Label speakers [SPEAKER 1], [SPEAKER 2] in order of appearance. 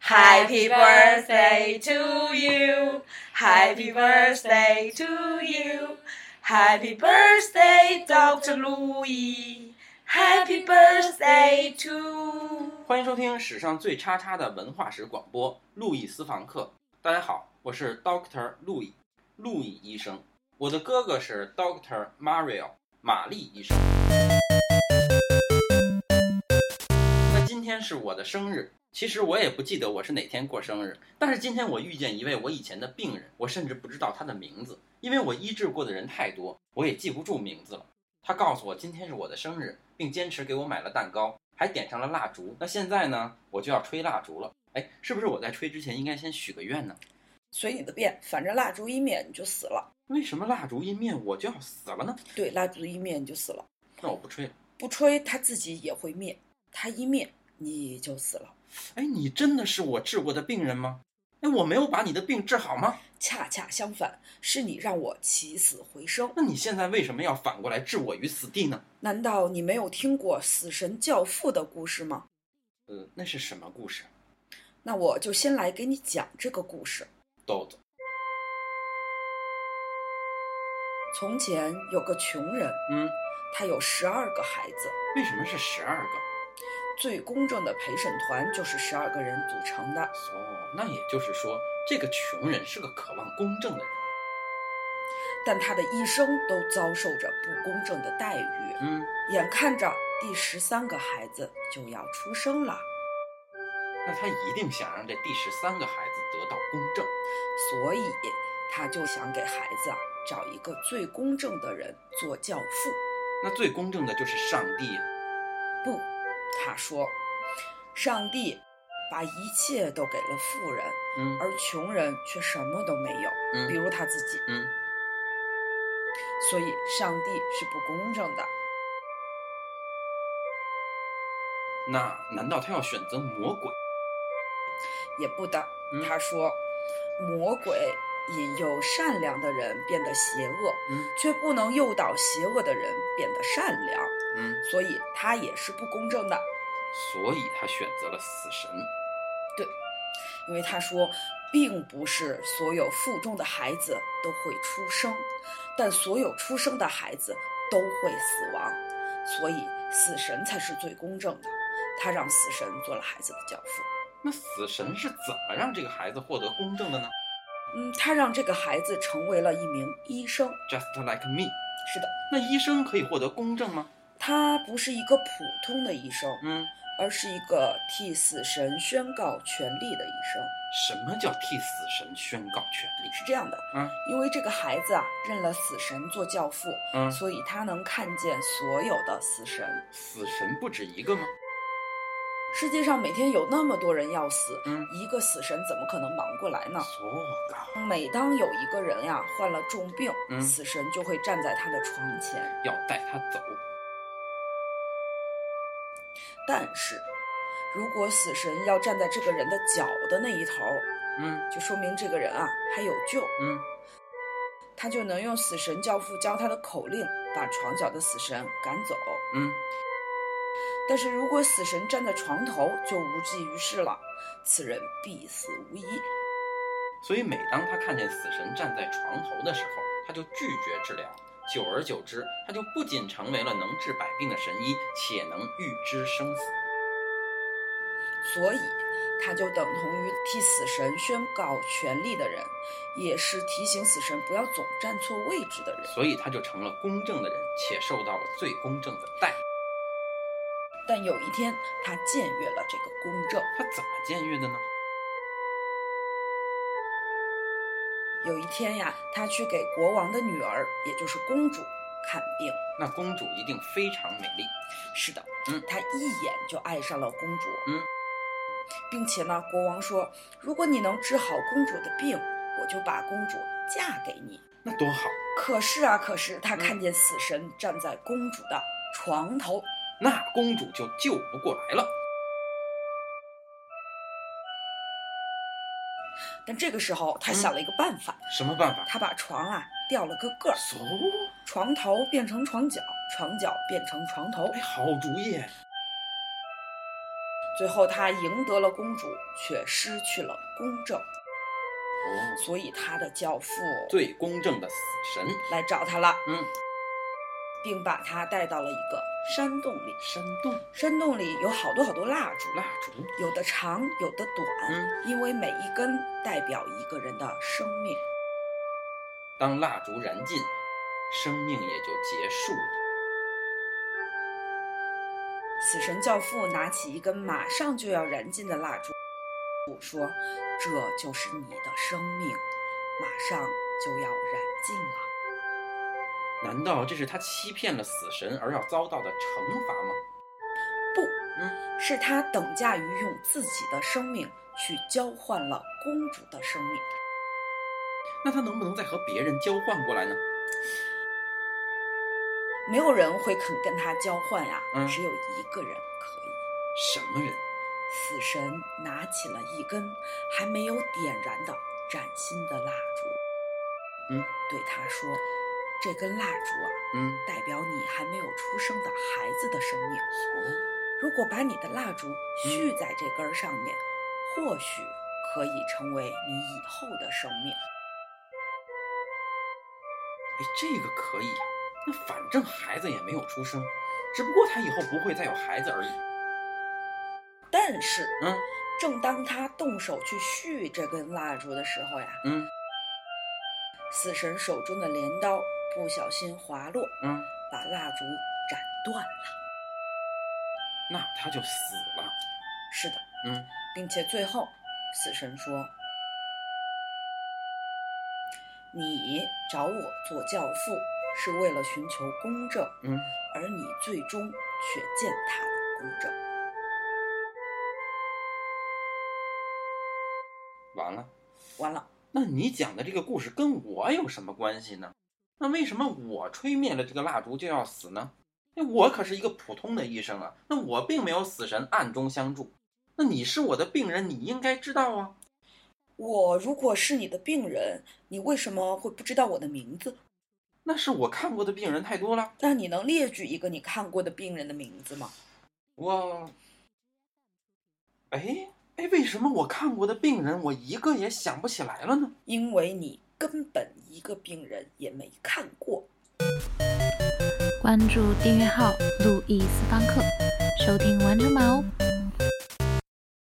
[SPEAKER 1] Happy birthday to you. Happy birthday to you. Happy birthday, Dr. Louis. Happy birthday to
[SPEAKER 2] 欢迎收听史上最叉叉的文化史广播——路易私房课。大家好，我是 Doctor 路易，路易医生。我的哥哥是 Doctor Mario，玛丽医生。那今天是我的生日，其实我也不记得我是哪天过生日，但是今天我遇见一位我以前的病人，我甚至不知道他的名字，因为我医治过的人太多，我也记不住名字了。他告诉我今天是我的生日，并坚持给我买了蛋糕，还点上了蜡烛。那现在呢，我就要吹蜡烛了。哎，是不是我在吹之前应该先许个愿呢？
[SPEAKER 3] 随你的便，反正蜡烛一灭你就死了。
[SPEAKER 2] 为什么蜡烛一灭我就要死了呢？
[SPEAKER 3] 对，蜡烛一灭你就死了，
[SPEAKER 2] 那我不吹了。
[SPEAKER 3] 不吹它自己也会灭，它一灭你就死了。
[SPEAKER 2] 哎，你真的是我治过的病人吗？哎，我没有把你的病治好吗？
[SPEAKER 3] 恰恰相反，是你让我起死回生。
[SPEAKER 2] 那你现在为什么要反过来置我于死地呢？
[SPEAKER 3] 难道你没有听过死神教父的故事吗？
[SPEAKER 2] 呃，那是什么故事？
[SPEAKER 3] 那我就先来给你讲这个故事。
[SPEAKER 2] 豆子，
[SPEAKER 3] 从前有个穷人，
[SPEAKER 2] 嗯，
[SPEAKER 3] 他有十二个孩子，
[SPEAKER 2] 为什么是十二个？
[SPEAKER 3] 最公正的陪审团就是十二个人组成的。
[SPEAKER 2] 哦，那也就是说，这个穷人是个渴望公正的人。
[SPEAKER 3] 但他的一生都遭受着不公正的待遇。
[SPEAKER 2] 嗯，
[SPEAKER 3] 眼看着第十三个孩子就要出生了，
[SPEAKER 2] 那他一定想让这第十三个孩子得到公正。
[SPEAKER 3] 所以他就想给孩子啊找一个最公正的人做教父。
[SPEAKER 2] 那最公正的就是上帝。
[SPEAKER 3] 不，他说，上帝把一切都给了富人，
[SPEAKER 2] 嗯
[SPEAKER 3] 而穷人却什么都没有，比
[SPEAKER 2] 嗯
[SPEAKER 3] 如他自己。
[SPEAKER 2] 嗯，
[SPEAKER 3] 所以上帝是不公正的。
[SPEAKER 2] 那难道他要选择魔鬼？
[SPEAKER 3] 也不的
[SPEAKER 2] 嗯。
[SPEAKER 3] 他说，魔鬼引诱善良的人变得邪恶，
[SPEAKER 2] 嗯
[SPEAKER 3] 却不能诱导邪恶的人变得善良，
[SPEAKER 2] 嗯，
[SPEAKER 3] 所以他也是不公正的。
[SPEAKER 2] 所以他选择了死神。
[SPEAKER 3] 因为他说，并不是所有腹中的孩子都会出生，但所有出生的孩子都会死亡，所以死神才是最公正的。他让死神做了孩子的教父。
[SPEAKER 2] 那死神是怎么让这个孩子获得公正的呢
[SPEAKER 3] 嗯，他让这个孩子成为了一名医生。
[SPEAKER 2] ？Just like me。
[SPEAKER 3] 是的，
[SPEAKER 2] 那医生可以获得公正吗？
[SPEAKER 3] 他不是一个普通的医生，
[SPEAKER 2] 嗯，
[SPEAKER 3] 而是一个替死神宣告权利的医生。
[SPEAKER 2] 什么叫替死神宣告权利？
[SPEAKER 3] 是这样的，
[SPEAKER 2] 嗯
[SPEAKER 3] 因为这个孩子啊认了死神做教父，
[SPEAKER 2] 嗯，
[SPEAKER 3] 所以他能看见所有的死神。
[SPEAKER 2] 死神不止一个吗？
[SPEAKER 3] 世界上每天有那么多人要死，
[SPEAKER 2] 嗯
[SPEAKER 3] 一个死神怎么可能忙过来呢？
[SPEAKER 2] So g
[SPEAKER 3] 每当有一个人呀、患了重病，
[SPEAKER 2] 嗯
[SPEAKER 3] 死神就会站在他的床前。
[SPEAKER 2] 要带他走。
[SPEAKER 3] 但是，如果死神要站在这个人的脚的那一头，
[SPEAKER 2] 嗯
[SPEAKER 3] 就说明这个人啊还有救。
[SPEAKER 2] 嗯，
[SPEAKER 3] 他就能用死神教父教他的口令把床角的死神赶走。
[SPEAKER 2] 嗯，
[SPEAKER 3] 但是如果死神站在床头，就无济于事了，此人必死无疑。
[SPEAKER 2] 所以每当他看见死神站在床头的时候，他就拒绝治疗。久而久之，他就不仅成为了能治百病的神医，且能预知生死。
[SPEAKER 3] 所以，他就等同于替死神宣告权力的人，也是提醒死神不要总站错位置的人。
[SPEAKER 2] 所以他就成了公正的人，且受到了最公正的待遇。
[SPEAKER 3] 但有一天，他僭越了这个公正。
[SPEAKER 2] 他怎么僭越的呢？
[SPEAKER 3] 有一天呀，他去给国王的女儿，也就是公主看病。
[SPEAKER 2] 那公主一定非常美丽。
[SPEAKER 3] 是的，
[SPEAKER 2] 嗯
[SPEAKER 3] 他一眼就爱上了公主，
[SPEAKER 2] 嗯，
[SPEAKER 3] 并且呢，国王说，如果你能治好公主的病，我就把公主嫁给你。
[SPEAKER 2] 那多好！
[SPEAKER 3] 可是啊，可是
[SPEAKER 2] 嗯
[SPEAKER 3] 他看见死神站在公主的床头，
[SPEAKER 2] 那公主就救不过来了。
[SPEAKER 3] 但这个时候他
[SPEAKER 2] 嗯
[SPEAKER 3] 想了一个办法，
[SPEAKER 2] 什么办法？
[SPEAKER 3] 他把床啊掉了个个儿，
[SPEAKER 2] 走，
[SPEAKER 3] 床头变
[SPEAKER 2] 哎
[SPEAKER 3] 成床脚，床脚变成床头
[SPEAKER 2] 哎，，好主意！
[SPEAKER 3] 最后他赢得了公主，却失去了公正，
[SPEAKER 2] 哦，
[SPEAKER 3] 所以他的教父
[SPEAKER 2] 最公正的死神，
[SPEAKER 3] 来找他了，
[SPEAKER 2] 嗯，
[SPEAKER 3] 并把他带到了一个山洞里。
[SPEAKER 2] 山洞
[SPEAKER 3] 山洞里有好多好多蜡烛，
[SPEAKER 2] 蜡烛，
[SPEAKER 3] 有的长，有的短，
[SPEAKER 2] 嗯，
[SPEAKER 3] 因为每一根代表一个人的生命。
[SPEAKER 2] 当蜡烛燃尽，生命也就结束了。
[SPEAKER 3] 死神教父拿起一根马上就要燃尽的蜡烛，说：“这就是你的生命，马上就要燃尽了。”
[SPEAKER 2] 难道这是他欺骗了死神而要遭到的惩罚吗？嗯
[SPEAKER 3] 是他等价于用自己的生命去交换了公主的生命。
[SPEAKER 2] 那他能不能再和别人交换过来呢？
[SPEAKER 3] 没有人会肯跟他交换呀、
[SPEAKER 2] 嗯
[SPEAKER 3] 只有一个人可以。
[SPEAKER 2] 什么人？
[SPEAKER 3] 死神拿起了一根还没有点燃的崭新的蜡烛，
[SPEAKER 2] 嗯，
[SPEAKER 3] 对他说：“这根蜡烛啊，
[SPEAKER 2] 嗯，
[SPEAKER 3] 代表你还没有出生的孩子的生命。
[SPEAKER 2] 哎
[SPEAKER 3] 如果把你的蜡烛续在这根儿上面，或许可以成为你以后的生命。”
[SPEAKER 2] 哎，这个可以呀、那反正孩子也没有出生，只不过他以后不会再有孩子而已。
[SPEAKER 3] 但是，
[SPEAKER 2] 嗯，
[SPEAKER 3] 正当他动手去续这根蜡烛的时候呀，
[SPEAKER 2] 嗯
[SPEAKER 3] 死神手中的镰刀不小心滑落，
[SPEAKER 2] 嗯，
[SPEAKER 3] 把蜡烛斩断了。
[SPEAKER 2] 那他就死了。
[SPEAKER 3] 是的，
[SPEAKER 2] 嗯，
[SPEAKER 3] 并且最后，死神说：“你找我做教父是为了寻求公正，
[SPEAKER 2] 嗯，
[SPEAKER 3] 而你最终却践踏了公正。”
[SPEAKER 2] 完了。
[SPEAKER 3] 完了，
[SPEAKER 2] 那你讲的这个故事跟我有什么关系呢？那为什么我吹灭了这个蜡烛就要死呢？那我可是一个普通的医生啊，那我并没有死神暗中相助。那你是我的病人，你应该知道啊。
[SPEAKER 3] 我如果是你的病人，你为什么会不知道我的名字？
[SPEAKER 2] 那是我看过的病人太多了，
[SPEAKER 3] 那你能列举一个你看过的病人的名字吗？
[SPEAKER 2] 我，哎哎，为什么我看过的病人我一个也想不起来了呢？
[SPEAKER 3] 因为你根本一个病人也没看过。
[SPEAKER 4] 关注订阅号“路易斯方克”，收听完整版哦。